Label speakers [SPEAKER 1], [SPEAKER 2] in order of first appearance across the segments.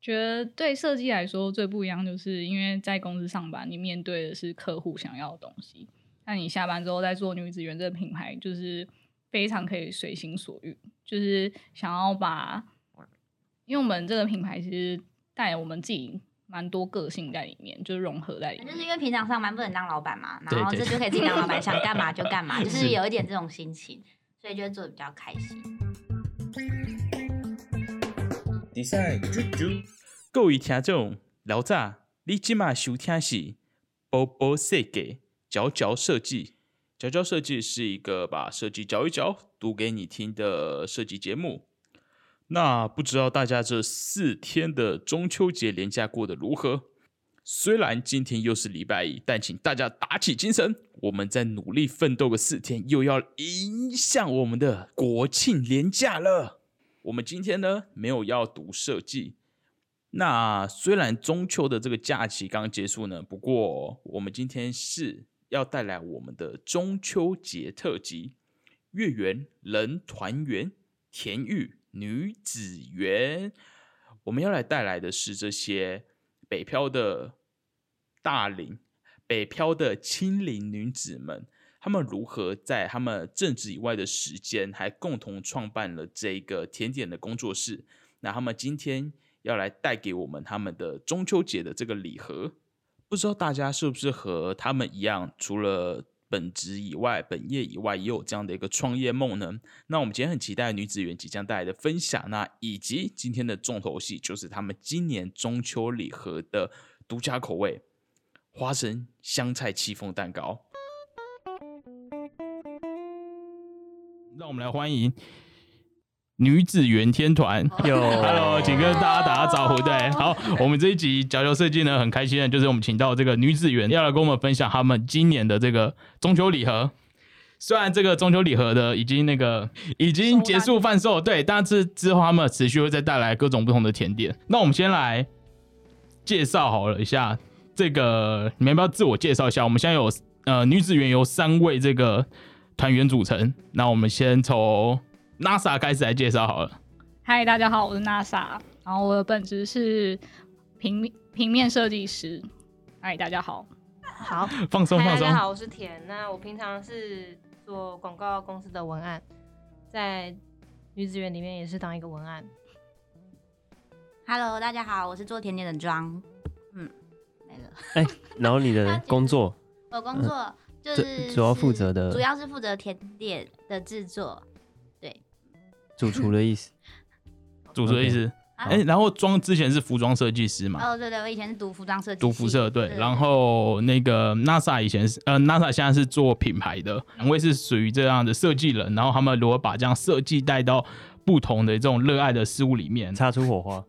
[SPEAKER 1] 觉得对设计来说最不一样，就是因为在公司上班，你面对的是客户想要的东西；那你下班之后在做女子园这个品牌，就是非常可以随心所欲，就是想要把，因为我们这个品牌其实带我们自己蛮多个性在里面，就是融合在里
[SPEAKER 2] 反
[SPEAKER 1] 面
[SPEAKER 2] 正。是因为平常上班不能当老板嘛，
[SPEAKER 3] 对
[SPEAKER 2] 然后
[SPEAKER 3] 对
[SPEAKER 2] 这就可以自己当老板，想干嘛就干嘛，就是是有一点这种心情，所以就会做的比较开心。
[SPEAKER 4] 比赛啾啾，
[SPEAKER 3] 各位听众，老早你即马收听是波波设计，佼佼设计。佼佼设计是一个把设计嚼一嚼，读给你听的设计节目。那不知道大家这四天的中秋节连假过得如何？虽然今天又是礼拜一，但请大家打起精神，我们再努力奋斗个四天，又要迎向我们的国庆连假了。我们今天呢，没有要读设计，那虽然中秋的这个假期刚结束呢，不过我们今天是要带来我们的中秋节特辑，月圆人团圆，田玉女子园。我们要来带来的是这些北漂的大龄、北漂的青龄女子们，她们如何在她们正职以外的时间，还共同创办了这个甜点的工作室。那他们今天要来带给我们他们的中秋节的这个礼盒，不知道大家是不是和他们一样，除了本职以外、本业以外，也有这样的一个创业梦呢？那我们今天很期待女子园即将带来的分享，那以及今天的重头戏就是他们今年中秋礼盒的独家口味——花生香菜戚风蛋糕。让我们来欢迎女子园天团。
[SPEAKER 5] 有
[SPEAKER 3] Hello，请跟大家打个招呼。对，好，我们这一集角球设计呢，很开心的，就是我们请到这个女子园要来跟我们分享他们今年的这个中秋礼盒。虽然这个中秋礼盒的已经那 个已经结束贩售，对，但是之后他们持续会再带来各种不同的甜点。那我们先来介绍好了一下这个，你们要不要自我介绍一下？我们现在有呃女子园由三位这个团员组成，那我们先从 NASA 开始来介绍好了。
[SPEAKER 1] 嗨，大家好，我是 NASA，然后我的本职是平面平面设计师。嗨，大家好，
[SPEAKER 6] 好，
[SPEAKER 3] 放松
[SPEAKER 6] 嗨，
[SPEAKER 3] 放
[SPEAKER 6] 大
[SPEAKER 3] 松
[SPEAKER 6] 家。好，我是田。那我平常是做广告公司的文案，在女子园里面也是当一个文案。
[SPEAKER 2] Hello，大家好，我是做甜点的庄，嗯，没了。
[SPEAKER 5] 哎 然后你的工作，
[SPEAKER 2] 我工
[SPEAKER 3] 嗯
[SPEAKER 2] 作就
[SPEAKER 5] 主
[SPEAKER 2] 是
[SPEAKER 5] 主要负责的
[SPEAKER 2] 主要是负责甜点的制作
[SPEAKER 5] 主厨的意思，
[SPEAKER 3] 主持的意思。
[SPEAKER 2] 啊。
[SPEAKER 3] 哎、然后装之前是服装设计师嘛，
[SPEAKER 2] 哦，对对，我以前是读服装设计系，
[SPEAKER 3] 读服设对，
[SPEAKER 2] 对
[SPEAKER 3] 然后那个 NASA 以前是呃 NASA 现在是做品牌的，两位是属于这样的设计人，然后他们如何把这样设计带到不同的这种热爱的事物里
[SPEAKER 2] 嗯
[SPEAKER 3] 面，
[SPEAKER 5] 擦出火 花。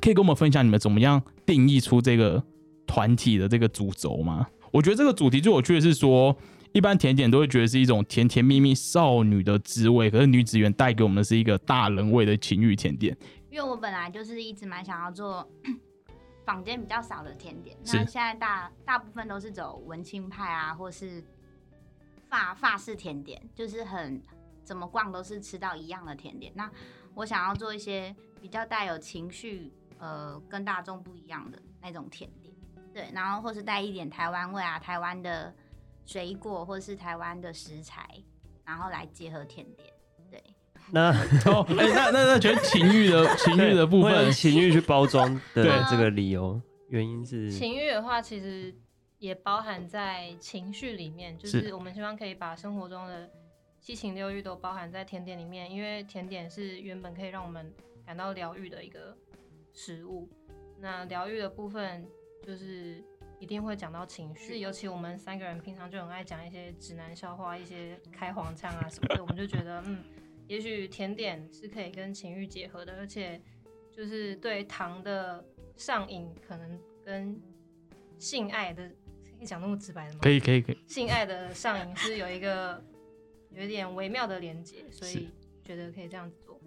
[SPEAKER 3] 可以跟我们分享你们怎么样定义出这个团体的这个主轴吗？我觉得这个主题最有趣的是说，一般甜点都会觉得是一种甜甜蜜蜜少女的滋味，可是女子园带给我们的是一个大人味的情欲甜点。
[SPEAKER 2] 因为我本来就是一直蛮想要做坊间比较少的甜点，那
[SPEAKER 3] 是
[SPEAKER 2] 现在大大部分都是走文青派啊，或是法法式甜点，就是很怎么逛都是吃到一样的甜点。那我想要做一些比较带有情绪，呃，跟大众不一样的那种甜点，对，然后或是带一点台湾味啊，台湾的水果或是台湾的食材，然后来结合甜点，对。
[SPEAKER 5] 那
[SPEAKER 3] 哦，哎、那那那全情欲的情欲的部
[SPEAKER 5] 会用
[SPEAKER 3] 分，
[SPEAKER 5] 情欲去包装
[SPEAKER 3] 对
[SPEAKER 5] 的
[SPEAKER 2] 啊
[SPEAKER 5] 这个理由，原因是
[SPEAKER 6] 情欲的话，其实也包含在情绪里面，就是是我们希望可以把生活中的七情六欲都包含在甜点里面，因为甜点是原本可以让我们感到疗愈的一个食物。那疗愈的部分就是一定会讲到情绪，尤其我们三个人平常就很爱讲一些指南笑话、一些开黄腔啊什么的，我们就觉得嗯，也许甜点是可以跟情欲结合的，而且就是对糖的上瘾可能跟性爱的可以讲那么直白的吗？
[SPEAKER 3] 可以可以可以，
[SPEAKER 6] 性爱的上瘾是有一个有一点微妙的连接，所以觉得可以这样子做。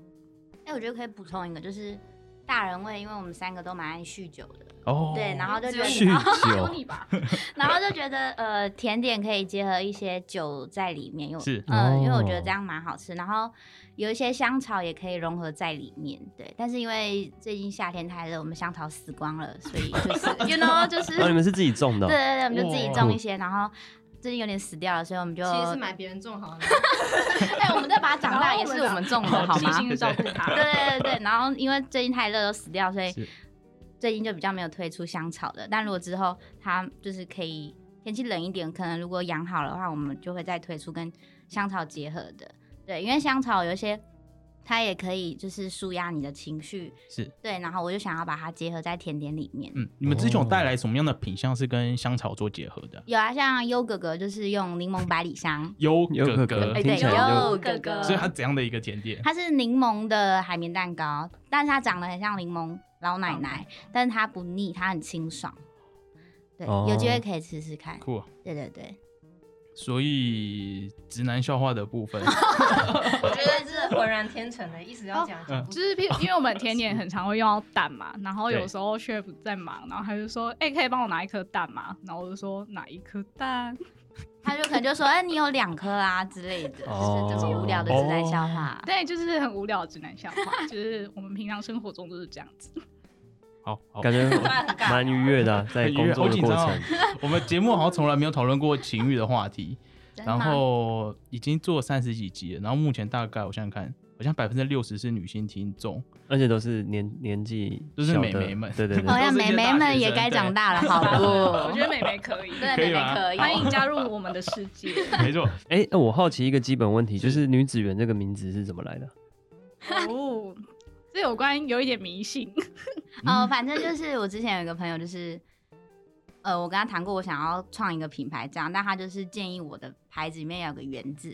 [SPEAKER 2] 哎、我觉得可以补充一个，就是大人味，因为我们三个都蛮爱酗酒的，
[SPEAKER 3] 哦，
[SPEAKER 2] 对，然后就
[SPEAKER 1] 只有
[SPEAKER 2] 觉得
[SPEAKER 1] 你
[SPEAKER 5] 酗
[SPEAKER 1] 吧只有
[SPEAKER 5] 酒
[SPEAKER 1] 你吧，
[SPEAKER 2] 然后就觉得呃，甜点可以结合一些酒在里面，因为
[SPEAKER 3] 是
[SPEAKER 2] 呃，因为我
[SPEAKER 5] 哦
[SPEAKER 2] 觉得这样蛮好吃。然后有一些香草也可以融合在里面，对。但是因为最近夏天太热，我们香草死光了，所以就是 you know 就是
[SPEAKER 5] 哦，你们是自己种的
[SPEAKER 2] 对对
[SPEAKER 5] 哦，
[SPEAKER 2] 对，我们就自己
[SPEAKER 3] 哇
[SPEAKER 2] 种一些，然后。最近有点死掉了，所以我们就
[SPEAKER 6] 其实是买别人种好了，
[SPEAKER 2] 哎、我们再把它长大也是我们种的，好吗
[SPEAKER 1] 细？心照顾他。
[SPEAKER 2] 对对对对，然后因为最近太热都死掉，所以
[SPEAKER 3] 是
[SPEAKER 2] 最近就比较没有推出香草的。但如果之后它就是可以天气冷一点，可能如果养好的话，我们就会再推出跟香草结合的。对，因为香草有一些它也可以就是舒压你的情绪，
[SPEAKER 3] 是，
[SPEAKER 2] 对。然后我就想要把它结合在甜点里面。
[SPEAKER 3] 嗯，你们之前有带来什么样的品相是跟香草做结合的？，
[SPEAKER 2] 有啊，像优格格就是用柠檬百里香
[SPEAKER 3] 优
[SPEAKER 5] 优
[SPEAKER 3] 格
[SPEAKER 5] 格
[SPEAKER 3] 格
[SPEAKER 5] 格
[SPEAKER 2] 哎，，
[SPEAKER 5] 听
[SPEAKER 2] 对，
[SPEAKER 5] 起来就
[SPEAKER 2] 优格格，
[SPEAKER 3] 所以它怎样的一个甜点？
[SPEAKER 2] 它是柠檬的海绵蛋糕，但是它长得很像柠檬老奶奶，但是它不腻，它很清爽。对，
[SPEAKER 5] 哦
[SPEAKER 2] 有机会可以试试看。
[SPEAKER 3] 酷啊，
[SPEAKER 2] 对对对，
[SPEAKER 3] 所以直男笑话的部分，
[SPEAKER 6] 我觉得是浑然天成的，一直要讲
[SPEAKER 3] 嗯
[SPEAKER 6] 讲不
[SPEAKER 1] 就是譬如因为我们甜点很常会用到蛋嘛，然后
[SPEAKER 3] 对
[SPEAKER 1] 有时候 chef 在忙，然后他就说：“哎、可以帮我拿一颗蛋吗？”然后我就说：“哪一颗蛋
[SPEAKER 2] 他就可能就说：“哎、你有两颗啊之类的，
[SPEAKER 5] 哦
[SPEAKER 2] 就是这种无聊的自然笑
[SPEAKER 3] 哦
[SPEAKER 2] 话？”。
[SPEAKER 1] 对，就是很无聊的直男笑话，就是我们平常生活中就是这样子。
[SPEAKER 3] 好好
[SPEAKER 5] 哦 感。觉
[SPEAKER 6] 尬
[SPEAKER 5] 蛮愉悦的啊，在
[SPEAKER 3] 很愉悦
[SPEAKER 5] 工作
[SPEAKER 3] 好
[SPEAKER 5] 的
[SPEAKER 3] 紧
[SPEAKER 5] 过
[SPEAKER 3] 张哦
[SPEAKER 5] 程。
[SPEAKER 3] 我们节目好像从来没有讨论过情欲的话题，
[SPEAKER 2] 真的
[SPEAKER 3] 然
[SPEAKER 2] 吗
[SPEAKER 3] 后已经做三十几集了，然后目前大概我想想看，好像百分之六十是女性听众，
[SPEAKER 5] 而且都是年年纪
[SPEAKER 3] 就是
[SPEAKER 5] 小
[SPEAKER 3] 美
[SPEAKER 5] 的
[SPEAKER 3] 眉们
[SPEAKER 5] 对对
[SPEAKER 2] 好
[SPEAKER 5] 对，
[SPEAKER 2] 像
[SPEAKER 3] 都是
[SPEAKER 2] 美
[SPEAKER 3] 一些
[SPEAKER 2] 眉
[SPEAKER 3] 大学
[SPEAKER 2] 们
[SPEAKER 3] 生
[SPEAKER 2] 也该长 大了，好
[SPEAKER 1] 我
[SPEAKER 2] 不？
[SPEAKER 1] 觉得哦美美可 以，
[SPEAKER 2] 对，
[SPEAKER 3] 可
[SPEAKER 2] 妹
[SPEAKER 3] 以啊吗
[SPEAKER 2] 妹可以。
[SPEAKER 1] 欢迎加入我们的世界。
[SPEAKER 3] 没错，
[SPEAKER 5] 哎，那我好奇一个基本问题，就是女子园这个名字是怎么来的？
[SPEAKER 1] 哦，这有关有一点迷信，
[SPEAKER 2] 哦，反正就是我之前有一个朋友，就是呃，我跟他谈过，我想要创一个品牌这样，但他就是建议我的牌子里面要有个圆字，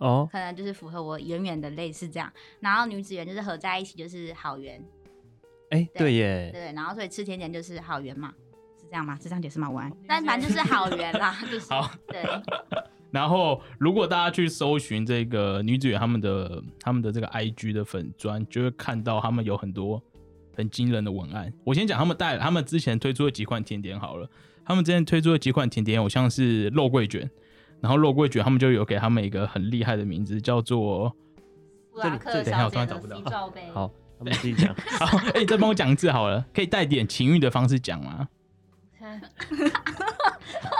[SPEAKER 5] 哦，
[SPEAKER 2] 可能就是符合我远远的类似这样。然后女子园就是合在一起就是好缘，
[SPEAKER 5] 哎，
[SPEAKER 2] 对
[SPEAKER 5] 对
[SPEAKER 2] 对
[SPEAKER 5] 耶，
[SPEAKER 2] 然后所以吃甜点就是好缘嘛，是这样吗？是这样解释吗？我安，但反正就是好缘啦，就是
[SPEAKER 3] 好
[SPEAKER 2] 对，
[SPEAKER 3] 然后，如果大家去搜寻这个女主演他们的他们的这个 IG 的粉砖，就会看到他们有很多很惊人的文案。我先讲他们带他们之前推出的几款甜点好了，他们之前推出的几款甜点有像是肉桂卷，然后肉桂卷他们就有给他们一个很厉害的名字，叫做……
[SPEAKER 6] 布拉克
[SPEAKER 3] 这里等一下
[SPEAKER 6] 小
[SPEAKER 3] 我突
[SPEAKER 6] 姐
[SPEAKER 3] 然找
[SPEAKER 6] 的
[SPEAKER 3] 不到
[SPEAKER 6] C 罩杯，
[SPEAKER 5] 好，他们自己 讲。
[SPEAKER 3] 好，哎、你再帮我讲一次好了，可以带点情欲的方式讲吗？
[SPEAKER 6] 哎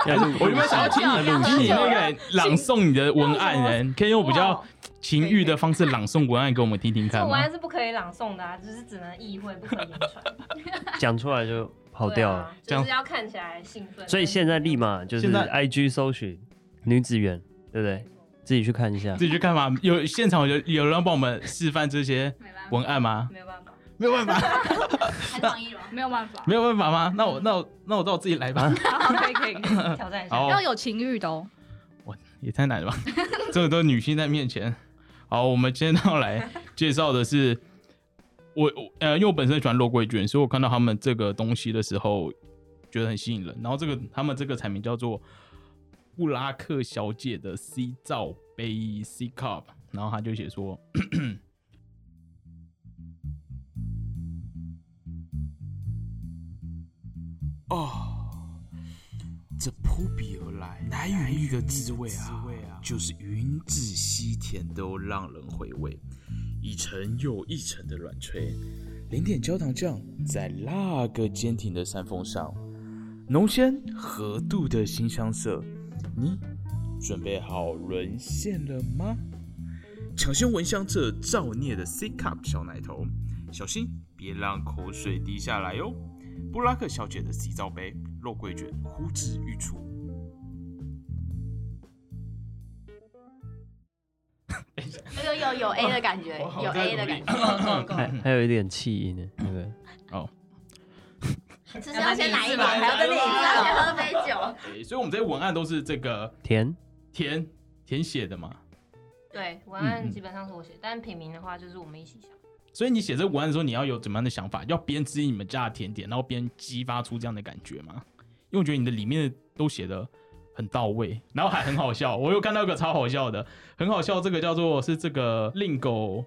[SPEAKER 5] 要录
[SPEAKER 3] 我原本想要请你
[SPEAKER 5] 要录
[SPEAKER 3] 请你
[SPEAKER 5] 戏
[SPEAKER 3] 那个朗诵你的文案人，哦你可以用比较情欲的方式朗诵文案给我们听听
[SPEAKER 6] 这
[SPEAKER 3] 看
[SPEAKER 6] 种文
[SPEAKER 3] 吗
[SPEAKER 6] 案？是不可以朗诵的啊，就是只能意会，不可言传。
[SPEAKER 5] 讲出来就跑掉
[SPEAKER 6] 对
[SPEAKER 5] 了
[SPEAKER 6] 啊，
[SPEAKER 3] 这
[SPEAKER 6] 就
[SPEAKER 3] 样
[SPEAKER 6] 是要看起来兴奋。
[SPEAKER 5] 所以现在立马就是
[SPEAKER 3] 现在
[SPEAKER 5] IG 搜寻女子园，对不对？自己去看一 下
[SPEAKER 3] 自。己去看嘛。有现场有有人帮我们示范这些
[SPEAKER 1] 没办法，
[SPEAKER 3] 文案吗？
[SPEAKER 6] 没有办法，
[SPEAKER 3] 没有办法，
[SPEAKER 2] 很网易容。
[SPEAKER 1] 没有办法。
[SPEAKER 3] 没有办法吗？那我那我那我到我自己来吧。
[SPEAKER 1] 好，好可以可以，可以
[SPEAKER 6] 挑战一
[SPEAKER 3] 好
[SPEAKER 6] 下。
[SPEAKER 1] 要有情欲的哦。
[SPEAKER 3] 也太难了吧！ 这么多女性在面前。好，我们今天要来介绍的是，我我呃，因为我本身喜欢肉桂卷，所以我看到他们这个东西的时候，觉得很吸引人。然后这个他们这个产品叫做布拉克小姐的 C 罩杯 C cup，然后他就写说。
[SPEAKER 7] 哦，这扑鼻而来南语的滋味啊，就是云至西甜，都让人回味。一层又一层的软脆，淋点焦糖酱，在那个坚挺的山峰上，浓鲜和度的新香色，你准备好沦陷了吗？抢先闻香这造孽的 C cup 小奶头，小心别让口水滴下来哟、哦。布拉克小姐的洗澡杯、肉桂卷呼之欲出。
[SPEAKER 2] 有有有 A 的感觉，
[SPEAKER 3] 我好
[SPEAKER 2] 有
[SPEAKER 3] 在
[SPEAKER 2] A 的
[SPEAKER 3] 努力
[SPEAKER 2] 感觉。
[SPEAKER 5] 还 还有一点气音呢，那个
[SPEAKER 2] 就是要先来一点，
[SPEAKER 6] 要不然
[SPEAKER 2] 还要跟你
[SPEAKER 6] 你
[SPEAKER 2] 一
[SPEAKER 6] 一次
[SPEAKER 2] 样
[SPEAKER 6] 吧
[SPEAKER 2] 先喝杯酒。
[SPEAKER 3] 诶所以我们这些文案都是这个
[SPEAKER 5] 甜
[SPEAKER 3] 填填写的嘛。
[SPEAKER 6] 对，文
[SPEAKER 3] 嗯
[SPEAKER 6] 案
[SPEAKER 3] 嗯
[SPEAKER 6] 基本上是我写，但品名的话就是我们一 起想。
[SPEAKER 3] 所以你写这文案的时候，你要有怎么样的想法？要边吃你们家的甜点，然后边激发出这样的感觉吗？因为我觉得你的里面都写的很到位，然后还很好笑。我又看到一个超好笑的，很好笑，这个叫做是这个令狗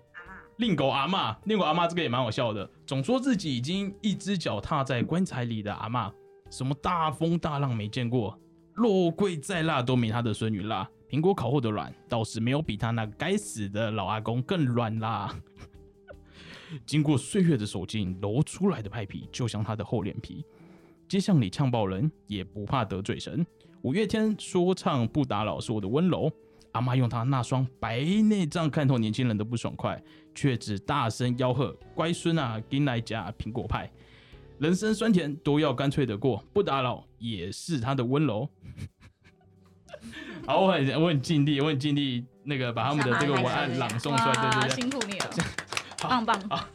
[SPEAKER 3] 令狗阿嬷，令狗阿嬷这个也蛮好笑的，总说自己已经一只脚踏在棺材里的阿嬷，什么大风大浪没见过，肉桂再辣都没他的孙女辣，苹果烤后的卵倒是没有比他那该死的老阿公更软啦。经过岁月的手劲揉出来的派皮，就像他的厚脸皮，街巷里呛爆人也不怕得罪神。五月天说唱不打扰是我的温柔，阿妈用她那双白内障看透年轻人的不爽快，却只大声吆喝：“乖孙啊，给你来夹苹果派。”人生酸甜都要干脆的过，不打扰也是他的温柔。好，我很我很尽力，我很尽力那个把他们的这个文案朗诵出来，对
[SPEAKER 1] 哇，
[SPEAKER 3] 对对。
[SPEAKER 1] 辛苦你了，
[SPEAKER 3] 好
[SPEAKER 1] 棒棒。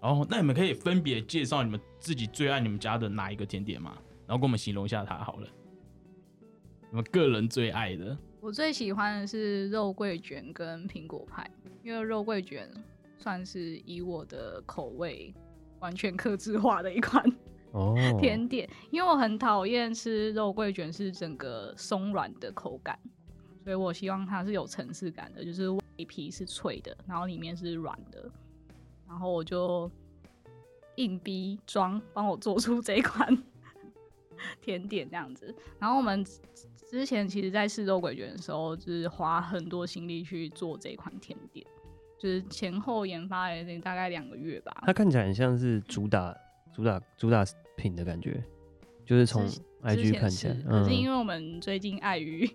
[SPEAKER 3] 哦，那你们可以分别介绍你们自己最爱你们家的哪一个甜点吗？然后跟我们形容一下它好了。你们个人最爱的
[SPEAKER 1] 我最喜欢的是肉桂卷跟苹果派，因为肉桂卷算是以我的口味完全克制化的一款
[SPEAKER 5] 哦，
[SPEAKER 1] 甜点，因为我很讨厌吃肉桂卷是整个松软的口感，所以我希望它是有层次感的，就是外皮是脆的，然后里面是软的，然后我就硬逼装帮我做出这一款 甜点这样子。然后我们之之前其实在试肉桂卷的时候，就是花很多心力去做这一款甜点，就是前后研发了大概两个月吧。
[SPEAKER 5] 它看起来很像是主打主打主打品的感觉，就是从
[SPEAKER 1] 之
[SPEAKER 5] IG 看起来
[SPEAKER 1] 之前是，可是因
[SPEAKER 5] 嗯，
[SPEAKER 1] 为我们最近碍于，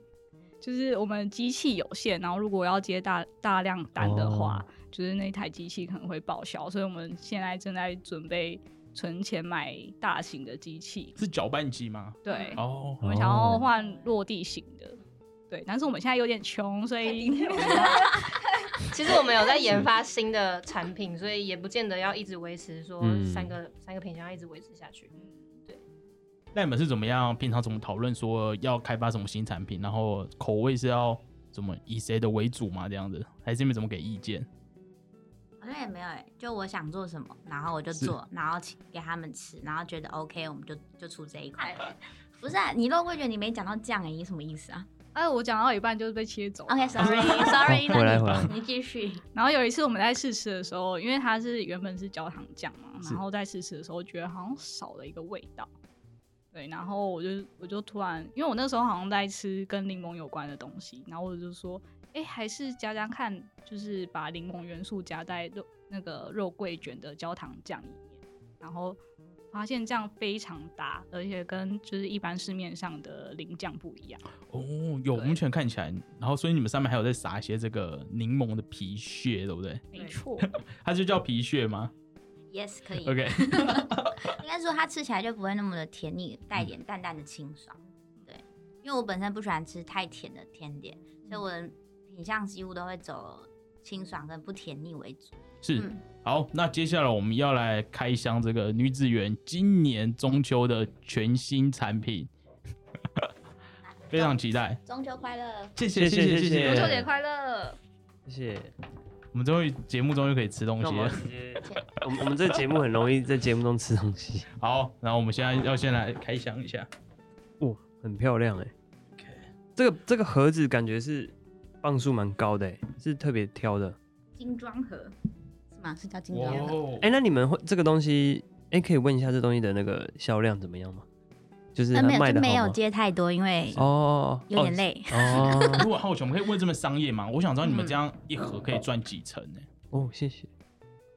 [SPEAKER 1] 就是我们机器有限，然后如果要接大大量单的话，
[SPEAKER 5] 哦
[SPEAKER 1] 就是那台机器可能会报销，所以我们现在正在准备存钱买大型的机器。
[SPEAKER 3] 是搅拌机吗？
[SPEAKER 1] 对，
[SPEAKER 3] 哦，
[SPEAKER 1] 我们想要
[SPEAKER 5] 哦
[SPEAKER 1] 换落地型的。对，但是我们现在有点穷，所以
[SPEAKER 6] 其实我们有在研发新的产品，所以也不见得要一直维持说
[SPEAKER 5] 嗯
[SPEAKER 6] 三个、三个品相要一直维持下去。
[SPEAKER 3] 那你们是怎么样？平常怎么讨论说要开发什么新产品？然后口味是要怎么以谁的为主嘛？这样子，还是你们怎么给意见？
[SPEAKER 2] 好像也没有哎、就我想做什么，然后我就做，然后请给他们吃，然后觉得 OK，我们就就出这一款。不是、啊、你肉桂卷，你没讲到酱哎、你什么意 思啊
[SPEAKER 1] 哎，我讲到一半就是被切
[SPEAKER 2] 啊
[SPEAKER 1] 走了。
[SPEAKER 2] ？OK，sorry，sorry，、
[SPEAKER 5] 好回
[SPEAKER 2] 那
[SPEAKER 5] 来
[SPEAKER 2] 你
[SPEAKER 5] 回来
[SPEAKER 2] 你继续。
[SPEAKER 1] 然后有一次我们在试吃的时候，因为它是原本是焦糖酱嘛，然后在试吃的时候觉得好像少了一个味道，对，然后我就我就突然，因为我那时候好像在吃跟柠檬有关的东西，然后我就说，哎、还是加加看，就是把柠檬元素加在肉那个肉桂卷的焦糖酱里面，然后发现这样非常搭，而且跟就是一般市面上的淋酱不一样。
[SPEAKER 3] 哦，有目前看起来，然后所以你们上面还有在撒一些这个柠檬的皮屑，对不对？
[SPEAKER 1] 没错，
[SPEAKER 3] 它就叫皮屑吗
[SPEAKER 2] Yes，可以。
[SPEAKER 3] ？OK，
[SPEAKER 2] 应该说它吃起来就不会那么的甜腻，带一点淡淡的清爽。对，因为我本身不喜欢吃太甜的甜点，所以我的品相几乎都会走清爽跟不甜腻为主。
[SPEAKER 3] 是。
[SPEAKER 2] 嗯
[SPEAKER 3] 好，那接下来我们要来开箱这个女子园今年中秋的全新产品， 非常期待。
[SPEAKER 2] 中秋快乐！
[SPEAKER 3] 谢谢
[SPEAKER 5] 谢谢谢谢
[SPEAKER 1] 中秋
[SPEAKER 5] 中
[SPEAKER 1] 节快乐！
[SPEAKER 5] 谢谢。
[SPEAKER 3] 我们终于节目终于可以吃东西
[SPEAKER 5] 那我们
[SPEAKER 3] 了
[SPEAKER 5] 要。直接，我们我们这个节目很容易在节目中吃东西，
[SPEAKER 3] 好，然后我们现在要先来开箱一下。
[SPEAKER 5] 哇，很漂亮哎。这个这个盒子感觉是磅数蛮高的欸，是特别挑的。
[SPEAKER 2] 精装盒是吗？是叫精
[SPEAKER 3] 哇
[SPEAKER 2] 装盒？
[SPEAKER 3] 哦，
[SPEAKER 5] 哎、那你们会这个东西，哎、可以问一下这东西的那个销量怎么样吗？就是
[SPEAKER 2] 呃，
[SPEAKER 5] 它
[SPEAKER 2] 没有
[SPEAKER 5] 卖
[SPEAKER 2] 就
[SPEAKER 5] 的
[SPEAKER 2] 没有接太多，因为
[SPEAKER 5] 哦，
[SPEAKER 2] 有点累。
[SPEAKER 5] 哦
[SPEAKER 3] 如果好奇，我们可以问这么商业吗？我想知道你们这样一盒可以赚几成呢、
[SPEAKER 5] 哦，谢谢。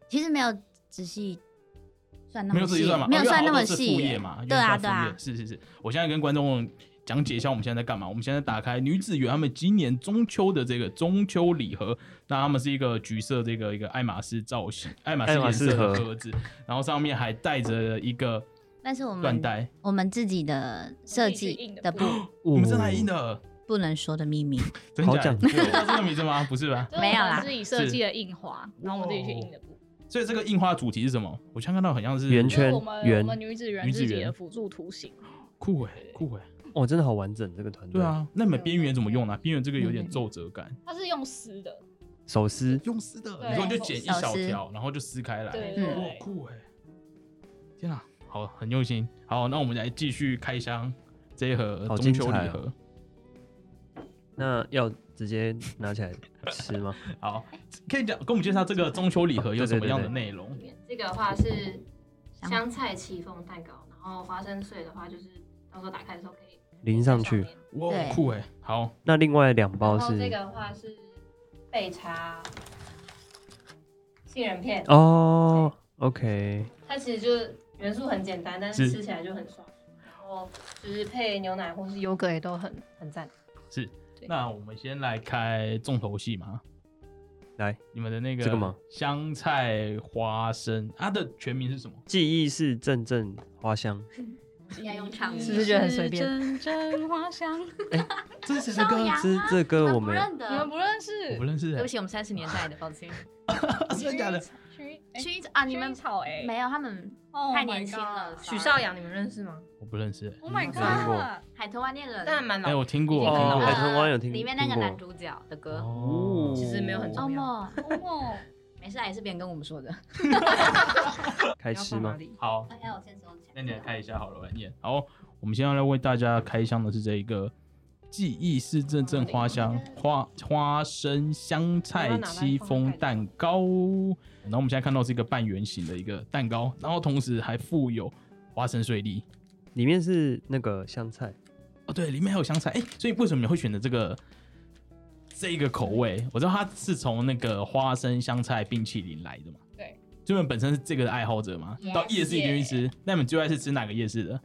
[SPEAKER 2] 其实没有仔细算那
[SPEAKER 3] 没有
[SPEAKER 2] 么
[SPEAKER 3] 自
[SPEAKER 2] 细
[SPEAKER 3] 己啊算，嘛？哦
[SPEAKER 2] 没有
[SPEAKER 3] 因为
[SPEAKER 2] 算
[SPEAKER 3] 好
[SPEAKER 2] 那
[SPEAKER 3] 多
[SPEAKER 2] 么
[SPEAKER 3] 是
[SPEAKER 2] 细
[SPEAKER 3] 副业
[SPEAKER 2] 耶
[SPEAKER 3] 嘛，因为
[SPEAKER 2] 对啊
[SPEAKER 3] 算
[SPEAKER 2] 对
[SPEAKER 3] 副业
[SPEAKER 2] 啊，
[SPEAKER 3] 是是是。我现在跟观众讲解一下我们现在在干嘛。我们现在打开女子园他们今年中秋的这个中秋礼盒，那他们是一个橘色这个一个爱马仕造型、爱马仕
[SPEAKER 5] 爱马
[SPEAKER 3] 颜
[SPEAKER 5] 仕
[SPEAKER 3] 色的
[SPEAKER 5] 盒
[SPEAKER 3] 盒子，然后上面还带着一个
[SPEAKER 2] 但是我
[SPEAKER 3] 缎
[SPEAKER 2] 们
[SPEAKER 3] 带。
[SPEAKER 2] 我们自己的设
[SPEAKER 1] 我们自己去
[SPEAKER 2] 计
[SPEAKER 1] 印的
[SPEAKER 2] 的不
[SPEAKER 3] 你们真的还印的？
[SPEAKER 2] 不能说的秘密。
[SPEAKER 3] 真
[SPEAKER 5] 哦好
[SPEAKER 3] 假的
[SPEAKER 5] 讲究
[SPEAKER 3] 你知道这个名字吗？不是吧？
[SPEAKER 1] 就是
[SPEAKER 2] 没有
[SPEAKER 1] 我们
[SPEAKER 2] 啦
[SPEAKER 1] 自己设计的印花，然后我们自己去印的布。
[SPEAKER 3] 所以这个印花主题是什么？我现在看到很像是
[SPEAKER 5] 圆
[SPEAKER 1] 就
[SPEAKER 5] 圈
[SPEAKER 1] 是我们
[SPEAKER 5] 圆
[SPEAKER 1] 我们女子园
[SPEAKER 3] 女
[SPEAKER 1] 自
[SPEAKER 3] 子
[SPEAKER 1] 己的
[SPEAKER 3] 园
[SPEAKER 1] 辅助图形，
[SPEAKER 3] 酷哎、酷哎、
[SPEAKER 5] 哦，真的好完整这个团队。
[SPEAKER 3] 对，啊，那你们边缘怎么用呢、边缘这个有
[SPEAKER 2] 嗯
[SPEAKER 3] 点皱褶感，
[SPEAKER 1] 它是用撕的，
[SPEAKER 5] 手撕
[SPEAKER 3] 用撕的，
[SPEAKER 1] 对
[SPEAKER 3] 你说你就剪一小
[SPEAKER 2] 手撕
[SPEAKER 3] 条，然后就撕开来，
[SPEAKER 1] 对
[SPEAKER 2] 嗯
[SPEAKER 1] 对
[SPEAKER 3] 哇，酷哎、天啊，好，很用心。好，那我们来继续开箱这一盒
[SPEAKER 5] 好
[SPEAKER 3] 中
[SPEAKER 5] 精
[SPEAKER 3] 秋
[SPEAKER 5] 彩
[SPEAKER 3] 礼
[SPEAKER 5] 哦
[SPEAKER 3] 盒。
[SPEAKER 5] 那要直接拿起来吃吗？
[SPEAKER 3] 好，可以讲跟我们介绍这个中秋礼盒有什么样的内容？
[SPEAKER 6] 这个的话是香菜戚风蛋糕，然后花生碎的话就是到时候打开的时候可以
[SPEAKER 5] 淋上去。
[SPEAKER 6] 面
[SPEAKER 3] 哇，
[SPEAKER 2] 对
[SPEAKER 3] 酷哎！好，
[SPEAKER 5] 那另外两包
[SPEAKER 6] 然后
[SPEAKER 5] 是
[SPEAKER 6] 这个的话是焙茶、杏仁片，
[SPEAKER 5] 哦，OK，
[SPEAKER 6] 它其实就是元素很简单，但
[SPEAKER 3] 是
[SPEAKER 6] 是吃起来就很爽。然后就是配牛奶或是优格也都很很赞。
[SPEAKER 3] 是
[SPEAKER 6] 对
[SPEAKER 3] 那我们先来开重头戏嘛。
[SPEAKER 5] 来，
[SPEAKER 3] 你们的那个
[SPEAKER 5] 这个吗？
[SPEAKER 3] 香菜花生，它的全名是什么？
[SPEAKER 5] 记忆是阵阵花香，
[SPEAKER 2] 要用唱
[SPEAKER 6] 是
[SPEAKER 2] 的，
[SPEAKER 6] 不是觉得很随便
[SPEAKER 1] 阵阵花香，你
[SPEAKER 3] 这是谁的歌？
[SPEAKER 5] 这这歌我
[SPEAKER 2] 啊不
[SPEAKER 5] 们
[SPEAKER 2] 认
[SPEAKER 1] 们
[SPEAKER 2] 得，
[SPEAKER 1] 不认
[SPEAKER 3] 我
[SPEAKER 1] 识
[SPEAKER 3] 不？认识
[SPEAKER 8] 对
[SPEAKER 3] 欸
[SPEAKER 8] 不，起，我们三十年代的，抱歉。
[SPEAKER 3] 啊 真的假的？
[SPEAKER 1] 薰
[SPEAKER 2] 薰衣草，Oh 啊，你们
[SPEAKER 1] 草哎，
[SPEAKER 2] 没有，他们
[SPEAKER 1] 哦
[SPEAKER 2] 太年轻了。
[SPEAKER 6] 许绍洋你们认识吗？
[SPEAKER 3] 我不认识欸。
[SPEAKER 1] ，Oh my
[SPEAKER 5] 看过
[SPEAKER 1] god！
[SPEAKER 2] 海豚湾恋人，呃
[SPEAKER 6] 但还蛮
[SPEAKER 3] 哎，
[SPEAKER 6] 老
[SPEAKER 3] 我
[SPEAKER 6] 的，
[SPEAKER 3] 听过，我听
[SPEAKER 5] 哦，
[SPEAKER 3] 过
[SPEAKER 5] 海豚湾有听
[SPEAKER 8] 里面那个
[SPEAKER 5] 听过
[SPEAKER 8] 男主角的歌，
[SPEAKER 5] 哦，
[SPEAKER 8] 其实没有很重
[SPEAKER 2] 哦
[SPEAKER 8] 要
[SPEAKER 2] 莫，
[SPEAKER 1] 哦 莫，
[SPEAKER 8] 没事啊，也是别人跟我们说的。
[SPEAKER 5] 开
[SPEAKER 6] 你要
[SPEAKER 5] 吃
[SPEAKER 6] 放哪
[SPEAKER 5] 吗？
[SPEAKER 6] 里？
[SPEAKER 3] 好，
[SPEAKER 2] 哎我先收起来
[SPEAKER 3] 那你来开一下好了，晚念。好，我们现在来为大家开箱的是这一个记忆是阵阵花香花花生香菜戚风蛋糕。嗯然后我们现在看到是一个半圆形的一个蛋糕，然后同时还附有花生碎粒。
[SPEAKER 5] 里面是那个香菜，
[SPEAKER 3] 哦，对，里面还有香菜。哎、所以为什么你会选择这个这一个口味？我知道它是从那个花生香菜冰淇淋来的嘛。
[SPEAKER 1] 对，
[SPEAKER 3] 就你们本身是这个的爱好者嘛
[SPEAKER 1] Yes，
[SPEAKER 3] 到夜市一定会吃。那你们最爱是吃哪个夜市的？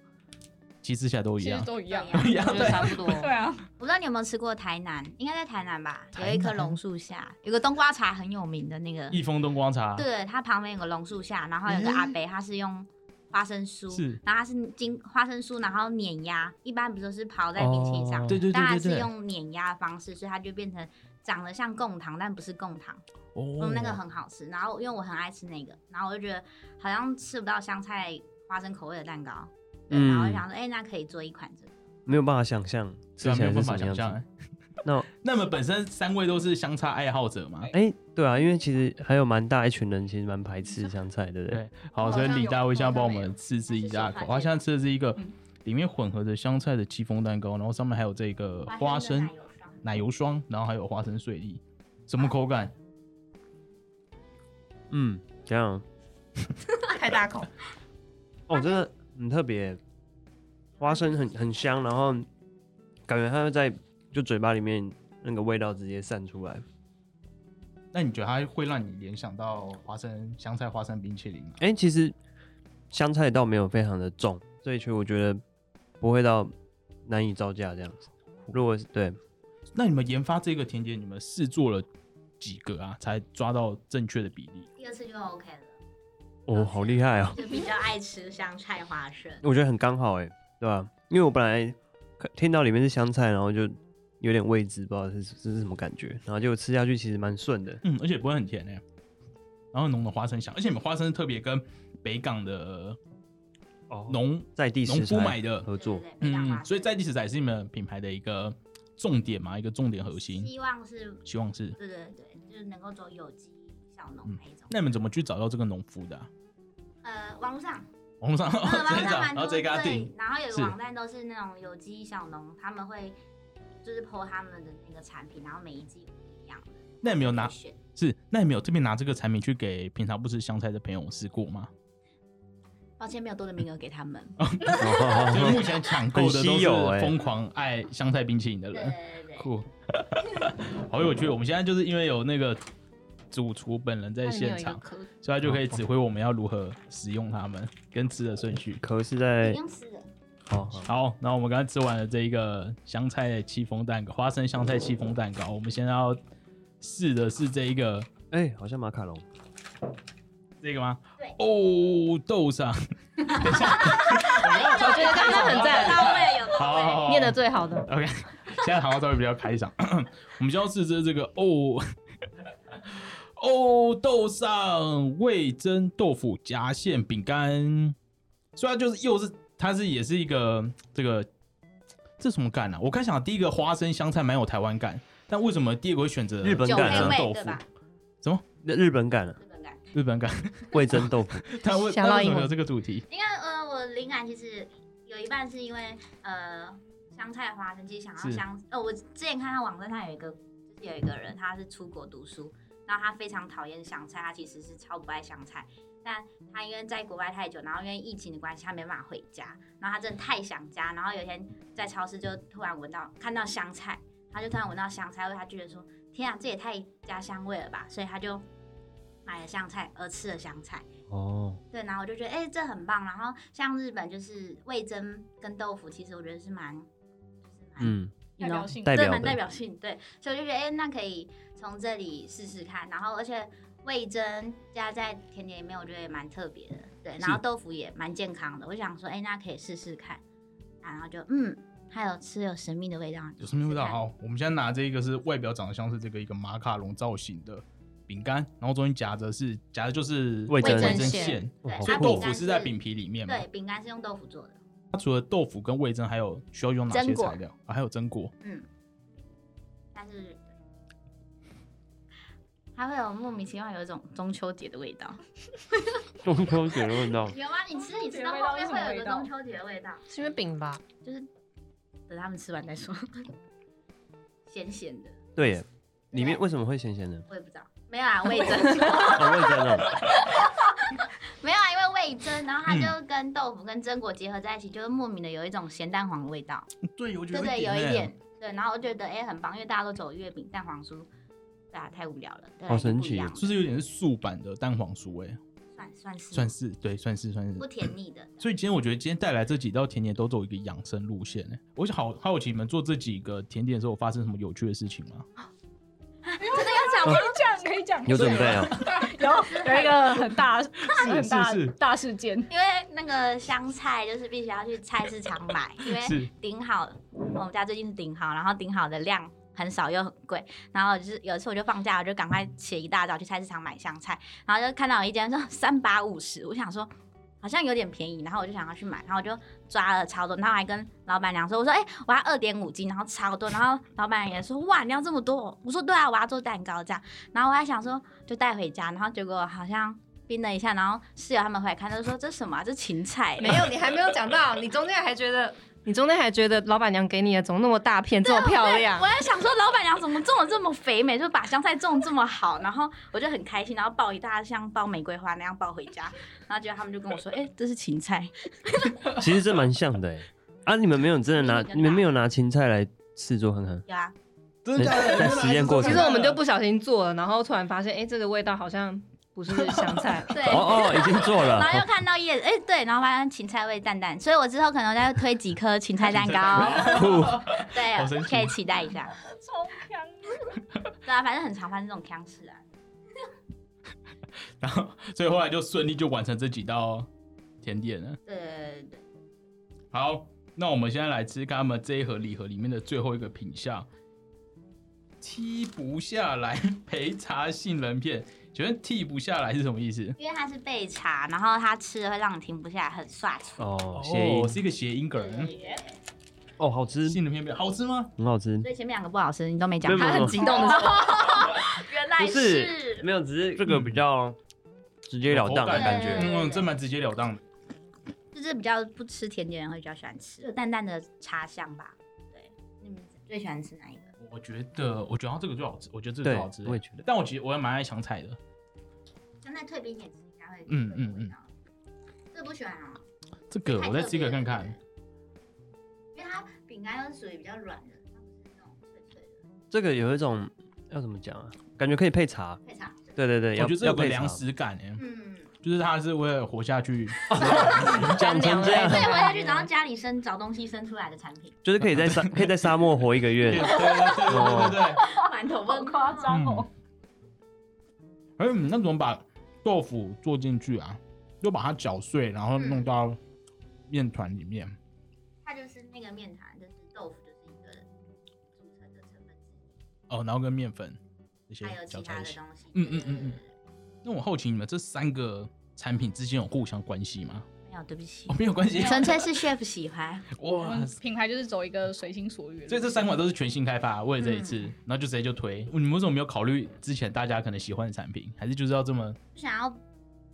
[SPEAKER 3] 其实吃起来都一
[SPEAKER 1] 其实
[SPEAKER 3] 样，
[SPEAKER 1] 都一样啊。
[SPEAKER 3] 一样
[SPEAKER 8] 我觉得
[SPEAKER 3] 对。
[SPEAKER 8] 差不多。
[SPEAKER 1] 对啊，
[SPEAKER 2] 不知道你有没有吃过台南，应该在台南吧，
[SPEAKER 3] 台
[SPEAKER 2] 有
[SPEAKER 3] 南嗯
[SPEAKER 2] 一棵榕树下，有个冬瓜茶很有名的那个，
[SPEAKER 3] 益丰冬瓜茶，
[SPEAKER 2] 对，它旁边有个榕树下，然后有个阿伯，他是用花生酥，
[SPEAKER 3] 是
[SPEAKER 2] 然后他是经花生酥，然后碾压，一般不都是刨在冰淇淋上，
[SPEAKER 5] 哦
[SPEAKER 3] 对对对
[SPEAKER 2] 但它
[SPEAKER 3] 对
[SPEAKER 2] 是
[SPEAKER 3] 对。
[SPEAKER 2] 用碾压的方式，所以它就变成长得像贡糖，但不是贡糖，
[SPEAKER 3] 哦
[SPEAKER 2] 嗯，那个很好吃。然后因为我很爱吃那个，然后我就觉得好像吃不到香菜花生口味的蛋糕，对，然后我就
[SPEAKER 5] 嗯
[SPEAKER 2] 想说，哎、那可以做一款这个。
[SPEAKER 5] 没有办法想象
[SPEAKER 3] 虽然
[SPEAKER 5] 吃起
[SPEAKER 3] 啊没有
[SPEAKER 5] 来是
[SPEAKER 3] 办
[SPEAKER 5] 什
[SPEAKER 3] 法
[SPEAKER 5] 么样
[SPEAKER 3] 想象。
[SPEAKER 5] 子
[SPEAKER 3] 哎。
[SPEAKER 5] 那
[SPEAKER 3] 那么本身三位都是香菜爱好者嘛？
[SPEAKER 5] 哎，对啊，因为其实还有蛮大一群人其实蛮排斥香菜，对不对？
[SPEAKER 3] 对，好，所以李大卫现在帮我们试吃一下口，他现在吃的是一个里面混合着香菜的戚风蛋糕，然后上面还有这个花
[SPEAKER 2] 的
[SPEAKER 3] 生
[SPEAKER 2] 奶油霜
[SPEAKER 3] 奶油霜，然后还有花生碎粒，什么口感？
[SPEAKER 5] 嗯，这样
[SPEAKER 6] 太大口，
[SPEAKER 5] 哦，真的很特别，花生很很香，然后感觉它会在就嘴巴里面那个味道直接散出来。
[SPEAKER 3] 那你觉得它会让你联想到花生香菜花生冰淇淋吗？
[SPEAKER 5] 哎、其实香菜倒没有非常的重，所以其实我觉得不会到难以招架这样子。如果是对，
[SPEAKER 3] 那你们研发这个甜点，你们试做了几个啊，才抓到正确的比例？
[SPEAKER 2] 第二次就 OK 了，
[SPEAKER 5] 哦，好厉害哦！
[SPEAKER 2] 就比较爱吃香菜花生。
[SPEAKER 5] 我觉得很刚好哎、对吧、因为我本来看听到里面是香菜，然后就有点未知，不知道是是是什么感觉，然后结果吃下去其实蛮顺的。
[SPEAKER 3] 嗯，而且不会很甜诶、然后浓的花生香，而且你们花生特别跟北港的
[SPEAKER 5] 哦
[SPEAKER 3] 农
[SPEAKER 5] 在地
[SPEAKER 3] 农
[SPEAKER 5] 食
[SPEAKER 3] 夫买
[SPEAKER 5] 材
[SPEAKER 3] 的，
[SPEAKER 5] 合 作，
[SPEAKER 2] 对对对
[SPEAKER 3] 嗯，所以在地食材是你们品牌的一个重点嘛，一个重点核心，
[SPEAKER 2] 希望是，
[SPEAKER 3] 希望是。
[SPEAKER 2] 对对对，就是能够走有机小农
[SPEAKER 3] 嗯
[SPEAKER 2] 那一种。
[SPEAKER 3] 那你们怎么去找到这个农夫的啊、
[SPEAKER 2] 呃，网络上，
[SPEAKER 3] 网络上，
[SPEAKER 2] 呃网
[SPEAKER 3] 直
[SPEAKER 2] 络
[SPEAKER 3] 接找，
[SPEAKER 2] 上蛮
[SPEAKER 3] 然后
[SPEAKER 2] 多
[SPEAKER 3] 直
[SPEAKER 2] 对，
[SPEAKER 3] 接给他订。
[SPEAKER 2] 然后有
[SPEAKER 3] 是
[SPEAKER 2] 个网站都是那种有机小农，他们会就是剖他们的那个产品，然后每一季有不一样的。
[SPEAKER 3] 那你们有拿
[SPEAKER 2] 去选？
[SPEAKER 3] 是，那你们有这边拿这个产品去给平常不吃香菜的朋友试过吗？
[SPEAKER 2] 抱歉，没有多的名额给他们。
[SPEAKER 3] 就是目前抢购的都
[SPEAKER 5] 很稀
[SPEAKER 3] 是
[SPEAKER 5] 有欸
[SPEAKER 3] 疯狂爱香菜冰淇淋的
[SPEAKER 2] 对
[SPEAKER 3] 人，
[SPEAKER 2] 对对对，
[SPEAKER 3] 酷，好有趣。我们现在就是因为有那个主厨本人在
[SPEAKER 6] 它里啊面有
[SPEAKER 3] 现
[SPEAKER 6] 一个
[SPEAKER 3] 场，
[SPEAKER 6] 壳子，
[SPEAKER 3] 所以他就可以指挥我们要如何使用它们跟吃的顺序。
[SPEAKER 5] 壳是
[SPEAKER 2] 不
[SPEAKER 3] 哎
[SPEAKER 5] 在哦
[SPEAKER 2] 用吃的。
[SPEAKER 5] 好好
[SPEAKER 3] 好，那我们刚才吃完了这一个香菜戚风蛋糕，花生香菜戚风蛋糕，我们现在要试的是这一个
[SPEAKER 5] 哎、好像马卡龙，
[SPEAKER 3] 这个吗？
[SPEAKER 2] 对
[SPEAKER 3] 哦，豆沙。
[SPEAKER 6] 我觉得刚刚很赞，
[SPEAKER 2] 到位有到位
[SPEAKER 3] 好啊好好，
[SPEAKER 6] 念的最好的。
[SPEAKER 3] OK，现 在好像稍微比较开嗓。 我们就要试着这个哦 哦豆上味增豆腐夹馅饼干，虽然就是又是它是也是一个这个这什么干啊？我刚想第一个花生香菜蛮有台湾感，但为什么第二个会选择
[SPEAKER 5] 日本
[SPEAKER 2] 酒
[SPEAKER 5] 感
[SPEAKER 2] 黑
[SPEAKER 5] 啊，
[SPEAKER 3] 味
[SPEAKER 2] 味
[SPEAKER 3] 豆
[SPEAKER 2] 对
[SPEAKER 3] 腐
[SPEAKER 2] 吧？
[SPEAKER 5] 日日本感啊，
[SPEAKER 2] 日本感。
[SPEAKER 3] 日本感？
[SPEAKER 5] 味增豆腐，
[SPEAKER 3] 但为
[SPEAKER 6] 想
[SPEAKER 3] 但
[SPEAKER 6] 到
[SPEAKER 3] 为什
[SPEAKER 6] 英
[SPEAKER 3] 么
[SPEAKER 6] 文
[SPEAKER 3] 有这个主题？
[SPEAKER 2] 因为呃，我灵感其实有一半是因为呃，香菜花生鸡，想要
[SPEAKER 9] 是
[SPEAKER 2] 香呃，我之前看到网站上有一个，就是有一个人他是出国读书，然后他非常讨厌香菜，他其实是超不爱香菜，但他因为在国外太久，然后因为疫情的关系，他没办法回家，然后他真的太想家，然后有一天在超市就突然闻到看到香菜，他就突然闻到香菜味，他觉得说天啊，这也太家乡味了吧，所以他就买了香菜而吃了香菜。
[SPEAKER 5] 哦，
[SPEAKER 2] 对，然后我就觉得，哎、这很棒。然后像日本就是味噌跟豆腐，其实我觉得是蛮，就是蛮，
[SPEAKER 5] 嗯，
[SPEAKER 1] 代表性
[SPEAKER 5] 代
[SPEAKER 2] 对，
[SPEAKER 5] 表
[SPEAKER 2] 蛮
[SPEAKER 5] 的
[SPEAKER 2] 代表性。对，所以我就觉得，哎、那可以从这里试试看。然后，而且味噌加在甜点里面，我觉得也蛮特别的。对，然后豆腐也蛮健康的。我想说，哎、那可以试试看。啊然后就，嗯，还有吃有神秘的味道，
[SPEAKER 3] 有什么味道？
[SPEAKER 2] 试试看
[SPEAKER 3] 好，我们现在拿这个是外表长得像是这个一个马卡龙造型的饼干，然后中间夹着是夹的就是
[SPEAKER 5] 味噌
[SPEAKER 3] 噌
[SPEAKER 6] 馅
[SPEAKER 3] 馅，
[SPEAKER 5] 哇
[SPEAKER 2] 对
[SPEAKER 5] 好
[SPEAKER 3] 所
[SPEAKER 2] 它
[SPEAKER 3] 以
[SPEAKER 5] 酷
[SPEAKER 3] 豆
[SPEAKER 2] 饼
[SPEAKER 3] 腐
[SPEAKER 5] 哦
[SPEAKER 2] 干
[SPEAKER 3] 是在
[SPEAKER 2] 是
[SPEAKER 3] 饼皮里面嘛？
[SPEAKER 2] 对，饼干是用豆腐做的。
[SPEAKER 3] 它除了豆腐跟味噌，还有需要用哪些
[SPEAKER 2] 榛果
[SPEAKER 3] 材料？啊，还有榛果，
[SPEAKER 2] 嗯，但是它会有莫名其妙有一种中秋节的味道。
[SPEAKER 5] 中秋节的味道，
[SPEAKER 2] 有吗？你吃你吃到
[SPEAKER 1] 中秋节的味道
[SPEAKER 2] 后面会有一
[SPEAKER 1] 是什么味
[SPEAKER 2] 个
[SPEAKER 1] 道
[SPEAKER 2] 中秋节的味道，
[SPEAKER 6] 是因为饼吧？
[SPEAKER 2] 就是等他们吃完再说。 咸咸的，
[SPEAKER 5] 对耶，里面
[SPEAKER 2] 对
[SPEAKER 5] 为什么会咸咸的？
[SPEAKER 2] 我也不知道。没有 啊，味噌，
[SPEAKER 5] 哦，味噌哦，
[SPEAKER 2] 没有啊，因为味噌，然后它就跟豆腐跟榛果结合在一起，就是莫名的有一种咸蛋黄的味道。
[SPEAKER 3] 对，我觉
[SPEAKER 2] 对对，有一点。对，然后我觉得哎、很棒，因为大家都走月饼蛋黄酥，对啊，太无聊了，对，
[SPEAKER 5] 好神
[SPEAKER 2] 不一
[SPEAKER 5] 奇
[SPEAKER 2] 样
[SPEAKER 5] 哦
[SPEAKER 2] 了
[SPEAKER 3] 就是有点是素版的蛋黄酥，哎，
[SPEAKER 2] 算算是
[SPEAKER 3] 算是对，算是算是
[SPEAKER 2] 不甜腻的，
[SPEAKER 3] 所以今天我觉得今天带来这几道甜点都走一个养生路线呢、我想好好奇你们做这几个甜点的时候有发生什么有趣的事情吗？
[SPEAKER 2] 真的要讲
[SPEAKER 1] 可
[SPEAKER 2] 吗？
[SPEAKER 1] 以讲，可以讲，
[SPEAKER 5] 有准备啊？
[SPEAKER 1] 有有一个很 大、很大
[SPEAKER 3] 是是
[SPEAKER 1] 大事件，
[SPEAKER 2] 因为那个香菜就是必须要去菜市场买，因
[SPEAKER 3] 是
[SPEAKER 2] 为
[SPEAKER 6] 嗯
[SPEAKER 2] 顶好，我们家最近是顶好，然后顶好的量很少又很贵，然后就是有一次我就放假，我就赶快起一大早去菜市场买香菜，然后就看到有一间说 三百五十，我想说。好像有点便宜，然后我就想要去买，然后我就抓了超多，然后还跟老板娘说：“我说，哎、我要二点五斤，然后超多。”然后老板娘也说：“哇，你要这么多？”我说：“对啊，我要做蛋糕这样。”然后我还想说就带回家，然后结果好像冰了一下，然后室友他们回来看，他就说这什么、啊？这芹菜、
[SPEAKER 6] 没有，你还没有讲到，你中间还觉得，你中间还觉得老板娘给你的怎么那么大片，这么漂亮
[SPEAKER 2] 我？还想说，老板娘怎么种的这么肥美，就把香菜种得这么好，然后我就很开心，然后抱一大箱抱玫瑰花那样抱回家，然后结果他们就跟我说，哎、这是芹菜，
[SPEAKER 5] 其实这蛮像的哎。啊，你们没有真的拿，
[SPEAKER 2] 比你更大
[SPEAKER 5] 你们没有拿芹菜来试做看看？
[SPEAKER 2] 有啊，
[SPEAKER 3] 真的假的？
[SPEAKER 5] 在实验过
[SPEAKER 6] 其
[SPEAKER 5] 程
[SPEAKER 6] 实我们就不小心做了，然后突然发现，哎、这个味道好像不是香菜
[SPEAKER 2] 对。
[SPEAKER 5] 哦哦，已经做了
[SPEAKER 2] 然。后又看到叶子，哎、对，然后发现芹菜味淡淡，所以我之后可能再推几颗芹菜蛋糕，
[SPEAKER 5] 酷，
[SPEAKER 2] 对啊
[SPEAKER 3] 好神，奇
[SPEAKER 2] 可以期待一下。
[SPEAKER 1] 超强。
[SPEAKER 2] 对啊，反正很常发生这种腔事啊。
[SPEAKER 3] 然后所以后来就顺利就完成这几道甜点了。
[SPEAKER 2] 对对对对，
[SPEAKER 3] 好，那我们现在来吃看他们这一盒礼盒里面的最后一个品相，剔不下来焙茶杏仁片。请问剔不下来是什么意思？
[SPEAKER 2] 因为它是焙茶，然后它吃了会让你停不下来，很刷出。
[SPEAKER 5] 哦，谐音
[SPEAKER 3] 哦是一个谐音梗。
[SPEAKER 5] 哦，好吃，
[SPEAKER 3] 杏仁片片好吃吗？
[SPEAKER 5] 很好吃。
[SPEAKER 2] 所以前面两个不好吃，你都没讲
[SPEAKER 5] 没有
[SPEAKER 2] 到。
[SPEAKER 5] 没有
[SPEAKER 6] 激动的时候，
[SPEAKER 2] 原来
[SPEAKER 5] 不是，没有，只是这嗯个比较直截了当的感
[SPEAKER 2] 对对
[SPEAKER 5] 觉。
[SPEAKER 2] 对
[SPEAKER 3] 嗯，这蛮直截了当的。
[SPEAKER 2] 就是比较不吃甜点的人会比较喜欢吃，有淡淡的茶香吧。对，你们最喜欢吃哪一个？
[SPEAKER 3] 我觉得，我觉得它这个最好吃，我觉得这个
[SPEAKER 5] 对
[SPEAKER 3] 最好吃。
[SPEAKER 5] 我也觉得
[SPEAKER 3] 但我其实我也蛮爱香菜的。
[SPEAKER 2] 刚才退冰点吃应该会
[SPEAKER 3] 嗯
[SPEAKER 2] 嗯
[SPEAKER 3] 嗯
[SPEAKER 2] 嗯
[SPEAKER 3] 嗯
[SPEAKER 2] 嗯，这不喜欢啊，
[SPEAKER 3] 这个
[SPEAKER 2] 太
[SPEAKER 3] 我再
[SPEAKER 2] 特
[SPEAKER 3] 吃一个
[SPEAKER 2] 别
[SPEAKER 3] 看
[SPEAKER 2] 了
[SPEAKER 3] 看。，
[SPEAKER 2] 因为它饼干又属于比较软的，它不是那种脆脆的，
[SPEAKER 5] 这个有一种要怎么讲啊？感觉可以配茶。
[SPEAKER 2] 太长。
[SPEAKER 5] 对对对，
[SPEAKER 3] 我
[SPEAKER 5] 要
[SPEAKER 3] 觉得这
[SPEAKER 5] 要
[SPEAKER 3] 有个
[SPEAKER 5] 配茶
[SPEAKER 3] 粮。食感哎，
[SPEAKER 2] 嗯，
[SPEAKER 3] 就是它是为了活下去。
[SPEAKER 5] 讲成 这样
[SPEAKER 2] 所以我要去找到家里生找东西生出来的产 品，
[SPEAKER 5] 就是可 以在沙可以在沙漠活一个
[SPEAKER 3] 对对对
[SPEAKER 5] 月。
[SPEAKER 3] 对对。
[SPEAKER 2] 馒头问夸张
[SPEAKER 3] 嗯。哎、你那怎么把豆腐做进去啊？就把它搅碎，然后
[SPEAKER 2] 嗯
[SPEAKER 3] 弄到面团里面。
[SPEAKER 2] 它就是那个面团，就是豆腐，就是一个组成的成分之
[SPEAKER 3] 哦，然后跟面粉这
[SPEAKER 2] 一，
[SPEAKER 3] 些
[SPEAKER 2] 还有
[SPEAKER 3] 搅
[SPEAKER 2] 其
[SPEAKER 3] 在
[SPEAKER 2] 他
[SPEAKER 3] 一
[SPEAKER 2] 的
[SPEAKER 3] 起。
[SPEAKER 2] 东西。
[SPEAKER 3] 嗯嗯嗯嗯那我好奇你们这三个产品之间有互相关 系吗？
[SPEAKER 2] 没有，对不起
[SPEAKER 3] 哦，，没有关系。
[SPEAKER 2] 纯粹是 chef 喜欢。
[SPEAKER 1] 我
[SPEAKER 3] 哇
[SPEAKER 1] 们，品牌就是走一个随心所欲的路，
[SPEAKER 3] 所以这三款都是全新开发，为了这一
[SPEAKER 2] 嗯
[SPEAKER 3] 次，然后就直接就推。你们为什么没有考虑之前大家可能喜欢的产品，还是就是要这么
[SPEAKER 2] 不想要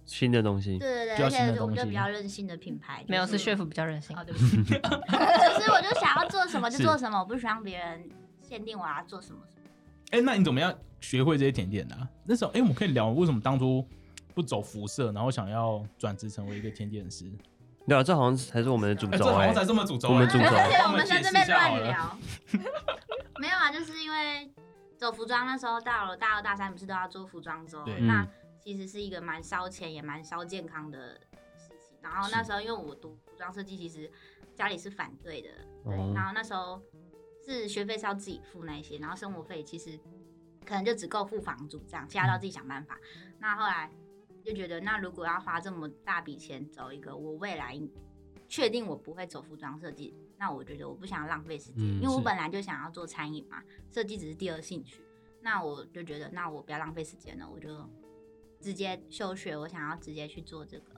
[SPEAKER 5] 新的东西
[SPEAKER 2] 对，对对，
[SPEAKER 5] 比较
[SPEAKER 2] 而
[SPEAKER 5] 新的
[SPEAKER 2] 且我们就
[SPEAKER 5] 东西
[SPEAKER 2] 比较任性的品牌，
[SPEAKER 6] 没有是
[SPEAKER 2] 炫
[SPEAKER 6] 炫，富比较任性
[SPEAKER 10] 哦，。对不起，
[SPEAKER 2] 就是我就想要做什么就是做什么，我不想让别人限定我要做什么。
[SPEAKER 3] 哎、那你怎么样学会这些甜点的啊、那时候，哎、我们可以聊为什么当初不走辐射，然后想要转职成为一个甜点师。
[SPEAKER 5] 对啊，这好像才是我们的主
[SPEAKER 3] 哎、
[SPEAKER 5] 轴
[SPEAKER 3] 这好
[SPEAKER 5] 哎
[SPEAKER 3] 像才、是我们主轴、
[SPEAKER 5] 我们主轴啊
[SPEAKER 2] 而且我
[SPEAKER 3] 我
[SPEAKER 2] 们在这边
[SPEAKER 3] 好
[SPEAKER 2] 乱
[SPEAKER 3] 了。
[SPEAKER 2] 聊， 没有啊，就是因为走服装那时候到了大二大三，不是都要做服装周
[SPEAKER 3] 对？
[SPEAKER 2] 那
[SPEAKER 5] 嗯
[SPEAKER 2] 其实是一个蛮烧钱也蛮烧健康的事情。然后那时候因为我读服装设计，其实家里是反对的，对。
[SPEAKER 5] 哦
[SPEAKER 2] 然后那时候是学费是要自己付那一些，然后生活费其实可能就只够付房租这样，其他都
[SPEAKER 5] 嗯
[SPEAKER 2] 要自己想办法。那后来就觉得，那如果要花这么大笔钱走一个，我未来确定我不会走服装设计，那我觉得我不想浪费时间，
[SPEAKER 5] 嗯
[SPEAKER 2] 因为我
[SPEAKER 3] 是
[SPEAKER 2] 本来就想要做餐饮嘛，设计只是第二兴趣。那我就觉得，那我不要浪费时间了，我就直接休学，我想要直接去做这个。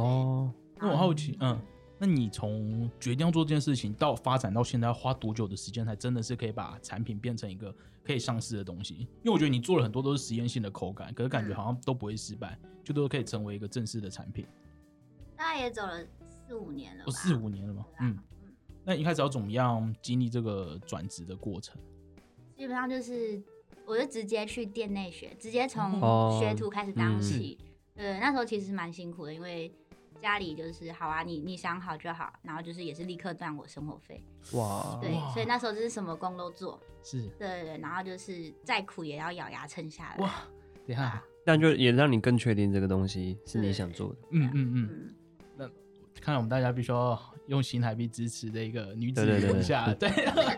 [SPEAKER 5] 哦，
[SPEAKER 3] 那我好奇，嗯，那你从决定要做这件事情到发展到现在，要花多久的时间才真的是可以把产品变成一个可以上市的东西？因为我觉得你做了很多都是实验性的口感，可是感觉
[SPEAKER 2] 嗯
[SPEAKER 3] 好像都不会失败，就都可以成为一个正式的产品。
[SPEAKER 2] 大概也走了四五年了吧，
[SPEAKER 3] 哦，四五年了嘛
[SPEAKER 2] 对，啊
[SPEAKER 3] 嗯。那一开始要怎么样经历这个转职的过程？
[SPEAKER 2] 基本上就是，我就直接去店内学，直接从
[SPEAKER 5] 哦
[SPEAKER 2] 学徒开始当
[SPEAKER 5] 嗯
[SPEAKER 2] 起。对，那时候其实蛮辛苦的，因为家里就是好啊，你你想好就好，然后就是也是立刻断我生活费。
[SPEAKER 5] 哇，
[SPEAKER 2] 对
[SPEAKER 3] 哇，
[SPEAKER 2] 所以那时候就是什么工都做。
[SPEAKER 3] 是
[SPEAKER 2] 对对对，然后就是再苦也要咬牙撑下来。
[SPEAKER 3] 哇，等一
[SPEAKER 2] 啊
[SPEAKER 3] 下，
[SPEAKER 5] 但就也让你更确定这个东西是你想做的，
[SPEAKER 3] 嗯嗯嗯，
[SPEAKER 2] 嗯，
[SPEAKER 3] 看来我们大家必须要用新台币支持的一个女子
[SPEAKER 5] 对对对
[SPEAKER 3] 一 下，对，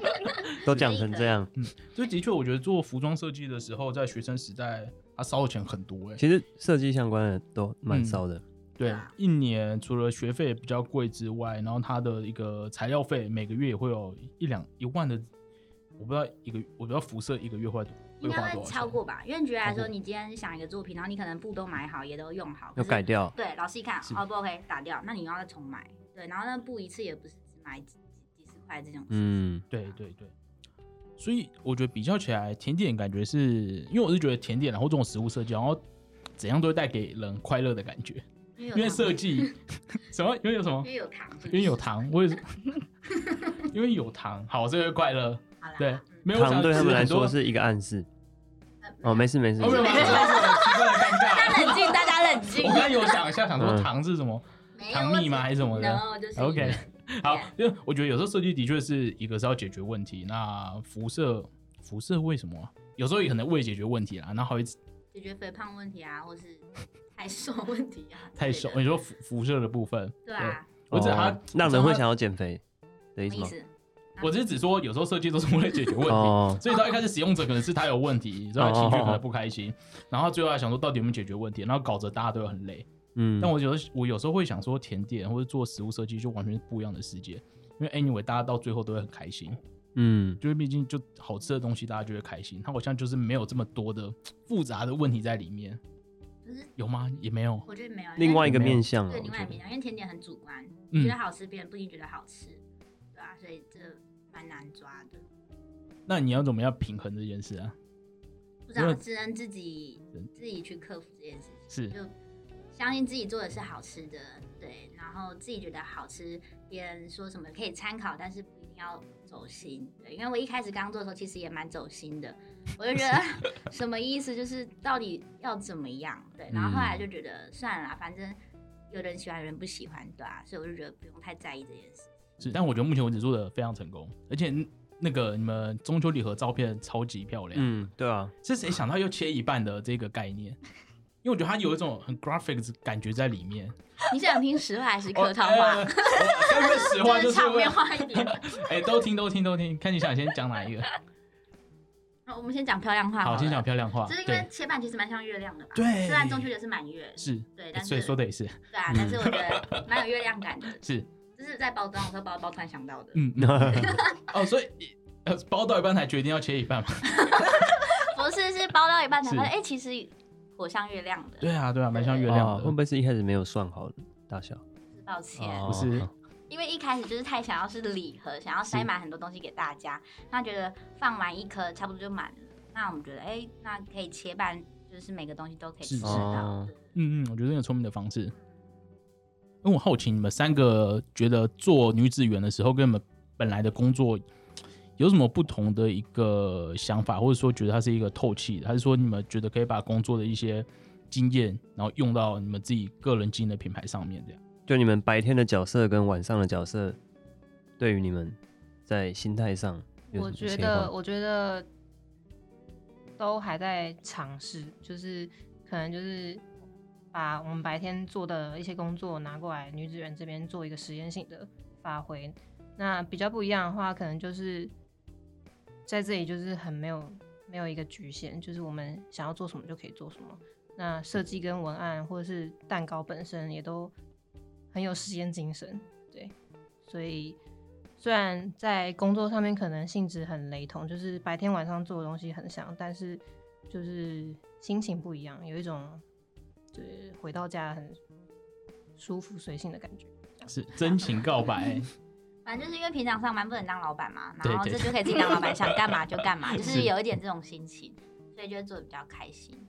[SPEAKER 5] 都讲成这样，
[SPEAKER 3] 就的确，我觉得做服装设计的时候，在学生时代，他烧的钱很多哎、
[SPEAKER 2] 啊
[SPEAKER 5] 其实设计相关的都
[SPEAKER 3] 嗯
[SPEAKER 5] 蛮骚的，
[SPEAKER 3] 对，一年除了学费比较贵之外，然后他的一个材料费每个月也会有一两一万的，我不知道一个，我不知道辐射一个月会会
[SPEAKER 2] 应该
[SPEAKER 3] 花
[SPEAKER 2] 会
[SPEAKER 3] 多少
[SPEAKER 2] 超
[SPEAKER 3] 钱
[SPEAKER 2] 过吧？因为觉得来
[SPEAKER 3] 超
[SPEAKER 2] 说，
[SPEAKER 3] 过
[SPEAKER 2] 你今天想一个作品，然后你可能布都买好，也都用好，
[SPEAKER 5] 要
[SPEAKER 2] 可是
[SPEAKER 5] 改掉，
[SPEAKER 2] 对，老师一看，哦不 OK，打掉，那你又要再重买。对，然后那布一次也不是只买几几十块这种事情。啊
[SPEAKER 5] 嗯，
[SPEAKER 3] 对对对，所以我觉得比较起来，甜点感觉是因为我是觉得甜点，然后这种食物设计，然后怎样都会带给人快乐的感觉，
[SPEAKER 2] 因
[SPEAKER 3] 因为
[SPEAKER 2] 有糖
[SPEAKER 3] 设计 什么，因为有什么
[SPEAKER 2] 因，为有糖，是不是
[SPEAKER 3] 因为有糖，我也是，因为有糖，好，这个快乐，
[SPEAKER 2] 好啦
[SPEAKER 3] 对，没有我
[SPEAKER 5] 糖
[SPEAKER 3] 想
[SPEAKER 5] 对他们
[SPEAKER 3] 吃
[SPEAKER 5] 来
[SPEAKER 3] 很多哦
[SPEAKER 5] 说是一个暗示，
[SPEAKER 2] 嗯
[SPEAKER 5] 哦，没事没事，
[SPEAKER 3] 哦，没有，没有，没有，没有奇怪的尴尬。
[SPEAKER 10] 冷静，大家冷静
[SPEAKER 3] 我。刚才有想一下，想说
[SPEAKER 5] 嗯
[SPEAKER 3] 糖是什么，
[SPEAKER 2] 没有
[SPEAKER 3] 哦糖蜜吗，还是什么的？
[SPEAKER 2] ？no，就是一个
[SPEAKER 3] OK 好
[SPEAKER 2] 对，
[SPEAKER 3] 因为我觉得有时候设计的确是一个是要解决问题，那辐射辐射为什么啊、有时候也可能为解决问题啦，然后还会
[SPEAKER 2] 解决肥胖问题啊，或是太瘦问题啊，
[SPEAKER 3] 太
[SPEAKER 2] 之
[SPEAKER 3] 瘦。
[SPEAKER 2] 类的
[SPEAKER 3] 你说辐辐射的部分，
[SPEAKER 2] 对啊，
[SPEAKER 3] 我只他
[SPEAKER 5] 哦让人会想，要减肥的意
[SPEAKER 2] 什
[SPEAKER 5] 思
[SPEAKER 2] 么意
[SPEAKER 5] 吗？
[SPEAKER 2] 思？
[SPEAKER 3] 我只是只说有时候设计都是为了解决问题。
[SPEAKER 5] 哦，
[SPEAKER 3] 所以到一开始使用者可能是他有问题，然后情绪可能不开心，然后最后还想说到底有没有解决问题，然后搞着大家都很累。
[SPEAKER 5] 嗯，
[SPEAKER 3] 但我有时候我有时候会想说，甜点或者做食物设计就完全是不一样的世界，因为 anyway 大家到最后都会很开心，
[SPEAKER 5] 嗯，
[SPEAKER 3] 就是毕竟就好吃的东西大家就会开心。它好像就是没有这么多的复杂的问题在里面，
[SPEAKER 2] 就是
[SPEAKER 3] 有吗？也没有。
[SPEAKER 2] 我觉得没有。因为
[SPEAKER 5] 另外一个面向啊，
[SPEAKER 2] 对
[SPEAKER 5] 我
[SPEAKER 2] 另
[SPEAKER 5] 觉
[SPEAKER 2] 外一个
[SPEAKER 5] 得
[SPEAKER 2] 面向，因为甜点很主观，
[SPEAKER 3] 嗯
[SPEAKER 2] 觉得好吃，别人不一定觉得好吃，对啊，所以这蛮难抓的。
[SPEAKER 3] 那你要怎么样平衡这件事啊？
[SPEAKER 2] 不知
[SPEAKER 3] 因
[SPEAKER 2] 道，
[SPEAKER 3] 为
[SPEAKER 2] 只能自己
[SPEAKER 3] 嗯
[SPEAKER 2] 自己去克服这件事
[SPEAKER 3] 是
[SPEAKER 2] 情。就嗯相信自己做的是好吃的，对，然后自己觉得好吃，别人说什么可以参考，但是不一定要走心。对，因为我一开始刚做的时候，其实也蛮走心的，我就觉得 什么意思，就是到底要怎么样？对，然后后
[SPEAKER 3] 嗯
[SPEAKER 2] 来就觉得算了啦，反正有人喜欢，有人不喜欢，对啊，所以我就觉得不用太在意这件事。
[SPEAKER 3] 是，但我觉得目前为止做的非常成功，而且那个你们中秋礼盒照片超级漂亮，
[SPEAKER 5] 嗯，对啊，
[SPEAKER 3] 是谁想到要切一半的这个概念？因为我觉得它有一种很 graphic 的感觉在里面。
[SPEAKER 2] 你想听实话还是客套
[SPEAKER 3] 哦
[SPEAKER 2] 话
[SPEAKER 3] 呃？我该不会实话
[SPEAKER 2] 就
[SPEAKER 3] 就是是
[SPEAKER 2] 场
[SPEAKER 3] 为
[SPEAKER 2] 面话一点。
[SPEAKER 3] 哎、都听都听都听，看你想先讲哪一个。
[SPEAKER 2] 那我们先讲漂亮话
[SPEAKER 3] 好，
[SPEAKER 2] 了
[SPEAKER 3] 先讲漂亮话
[SPEAKER 2] 就是。因为
[SPEAKER 3] 对，
[SPEAKER 2] 切半其实蛮像月亮的吧？
[SPEAKER 3] 对
[SPEAKER 2] 虽然中秋节是满月，
[SPEAKER 3] 是，
[SPEAKER 2] 对
[SPEAKER 3] 欸
[SPEAKER 2] 但是
[SPEAKER 3] 所以说的也是，
[SPEAKER 2] 对啊，但是我觉得蛮有月亮感的。
[SPEAKER 3] 是，
[SPEAKER 2] 这是在包装的时候包包突然想到的，
[SPEAKER 3] 嗯，嗯哦，所以你呃包到一半才决定要切一半嘛？
[SPEAKER 2] 不是是包到一半才发现，
[SPEAKER 3] 是
[SPEAKER 2] 哎，其实火像月亮的。
[SPEAKER 3] 对，啊，对啊，蛮像月
[SPEAKER 5] 哦
[SPEAKER 3] 亮
[SPEAKER 5] 会不
[SPEAKER 3] 的。
[SPEAKER 5] 会是一开始没有算好的大小？
[SPEAKER 2] 抱歉，
[SPEAKER 3] 不是
[SPEAKER 5] 哦
[SPEAKER 2] 因为一开始就是太想要是礼盒，想要塞满很多东西给大家，那觉得放完一颗差不多就满了。那我们觉得，哎，那可以切半，就是每个东西都可以
[SPEAKER 3] 是
[SPEAKER 2] 吃到
[SPEAKER 5] 哦。
[SPEAKER 3] 嗯嗯，我觉得很有聪明的方式。因为我好奇你们三个觉得做女子园的时候，跟你们本来的工作有什么不同的一个想法，或者说觉得它是一个透气的，还是说你们觉得可以把工作的一些经验，然后用到你们自己个人经营的品牌上面？这样
[SPEAKER 5] 就你们白天的角色跟晚上的角色，对于你们在心态上有
[SPEAKER 6] 我
[SPEAKER 5] 什么
[SPEAKER 6] 觉
[SPEAKER 5] 切
[SPEAKER 6] 得，
[SPEAKER 5] 换？
[SPEAKER 6] 我觉得都还在尝试，就是可能就是把我们白天做的一些工作拿过来，女子园这边做一个实验性的发挥。那比较不一样的话，可能就是在这里就是很没有没有一个局限，就是我们想要做什么就可以做什么。那设计跟文案或者是蛋糕本身也都很有实验精神，对，所以虽然在工作上面可能性质很雷同，就是白天晚上做的东西很像，但是就是心情不一样，有一种就是回到家很舒服随性的感觉。
[SPEAKER 3] 是真情告白，
[SPEAKER 2] 反正就是因为平常上班不能当老板嘛，
[SPEAKER 3] 对
[SPEAKER 2] 然后
[SPEAKER 3] 对
[SPEAKER 2] 这就可以自己当老 板，想干嘛就干嘛，就是是有一点这种心情，所以就会做的比较开心。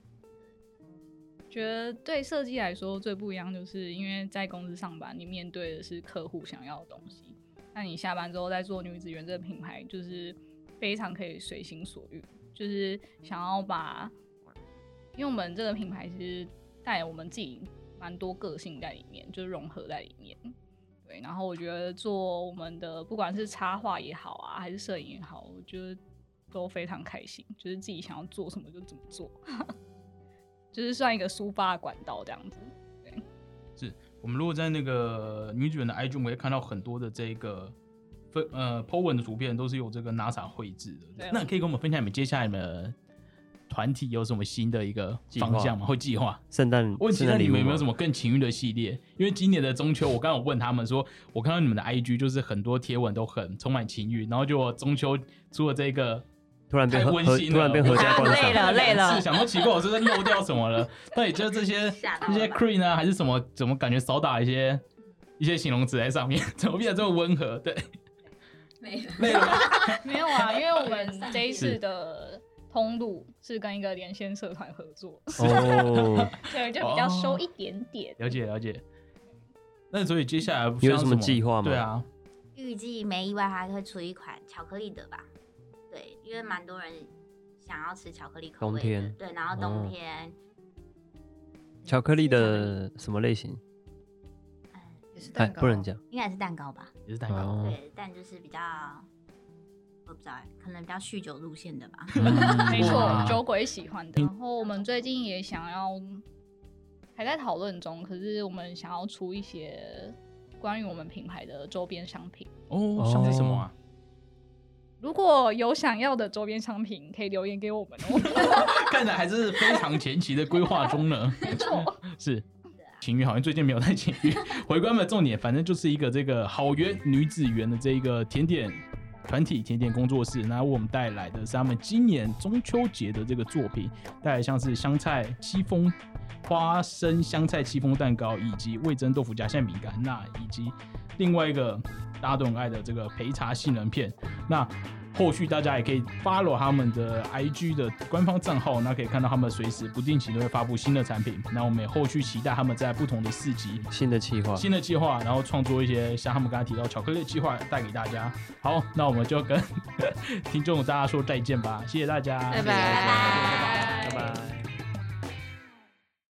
[SPEAKER 1] 觉得对设计来说最不一样，就是因为在公司上班，你面对的是客户想要的东西；那你下班之后在做女子园这个品牌，就是非常可以随心所欲，就是想要把，因为我们这个品牌其实带我们自己蛮多个性在里面，就是融合在里面。对，然后我觉得做我们的不管是插画也好啊，还是摄影也好，我觉得都非常开心，就是自己想要做什么就怎么做。就是算一个抒发的管道这样子。
[SPEAKER 3] 我们如果在那个女主人的 IG，我们会看到很多的这个分呃 po 文的图片，都是有这个 NASA 绘制的
[SPEAKER 1] 对。
[SPEAKER 3] 那可以跟我们分享你们接下来你们团体有什么新的一个
[SPEAKER 5] 计划
[SPEAKER 3] 方向吗？或计划？
[SPEAKER 5] 圣诞
[SPEAKER 3] 我很期
[SPEAKER 5] 圣
[SPEAKER 3] 待
[SPEAKER 5] 诞
[SPEAKER 3] 你
[SPEAKER 5] 礼物啊
[SPEAKER 3] 们有没有
[SPEAKER 5] 吗
[SPEAKER 3] 什么更情欲的系列？因为今年的中秋，我刚刚有问他们说，我看到你们的 IG 就是很多贴文都很充满情欲，然后就中秋出了这个
[SPEAKER 5] 突然变
[SPEAKER 3] 太
[SPEAKER 5] 合
[SPEAKER 3] 温
[SPEAKER 5] 合
[SPEAKER 3] 馨了
[SPEAKER 5] 突然变合家观
[SPEAKER 11] 累
[SPEAKER 5] 赏，
[SPEAKER 11] 了累了
[SPEAKER 3] 是想说奇怪，我是不是漏掉什么了？ 到底就是这些
[SPEAKER 2] 吓到
[SPEAKER 3] 这
[SPEAKER 2] 了
[SPEAKER 3] 些 cream 啊，还是什么？怎么感觉少打一些一些形容词在上面？ 怎么变得这么温和？对，
[SPEAKER 11] 没了
[SPEAKER 3] 累了吗？
[SPEAKER 1] 没有啊，因为我们这一次的通路是跟一个连线社团合作，
[SPEAKER 5] 哦，
[SPEAKER 1] 对，就比较收一点点。
[SPEAKER 3] 了解了解。那所以接下来有
[SPEAKER 5] 有什么计划吗
[SPEAKER 3] 对啊，
[SPEAKER 2] 预计没意外还会出一款巧克力的吧？对，因为蛮多人想要吃巧克力口味的
[SPEAKER 5] 冬天
[SPEAKER 2] 对，然后
[SPEAKER 5] 哦
[SPEAKER 2] 冬天，
[SPEAKER 5] 巧克力的什么类型？
[SPEAKER 2] 嗯，
[SPEAKER 6] 也是
[SPEAKER 5] 哎，
[SPEAKER 6] 蛋糕，啊
[SPEAKER 5] 不能讲
[SPEAKER 2] 应该也是蛋糕吧？
[SPEAKER 3] 也是蛋 糕。
[SPEAKER 5] 哦
[SPEAKER 2] 对，但就是比较，我不知道欸，可能比较酗酒路线的吧。
[SPEAKER 1] 没
[SPEAKER 3] 哇
[SPEAKER 1] 错，酒鬼喜欢的。然后我们最近也想要，还在讨论中，可是我们想要出一些关于我们品牌的周边商品。
[SPEAKER 3] 哦，像是什么啊？
[SPEAKER 1] 如果有想要的周边商品，可以留言给我们哦。
[SPEAKER 3] 看来还是非常前期的规划中呢。没错，是。情欲好像最近没有太情欲，回归他们的重点，反正就是一个这个好园女子园的这一个甜点团体甜点工作室，那为我们带来的是他们今年中秋节的这个作品，带来像是香菜戚风、花生香菜戚风蛋糕，以及味增豆腐夹馅饼干，那以及另外一个大家都很爱的这个焙茶杏仁片，那后续大家也可以 follow 他们的 IG 的官方账号，那可以看到他们随时不定期都会发布新的产品。那我们也后续期待他们在不同的市集、
[SPEAKER 5] 新的计划，
[SPEAKER 3] 新的计划，然后创作一些像他们刚才提到巧克力计划带给大家。好，那我们就 跟听众大家说再见吧，谢谢大家，
[SPEAKER 6] 拜拜
[SPEAKER 3] 谢谢大家拜拜。拜拜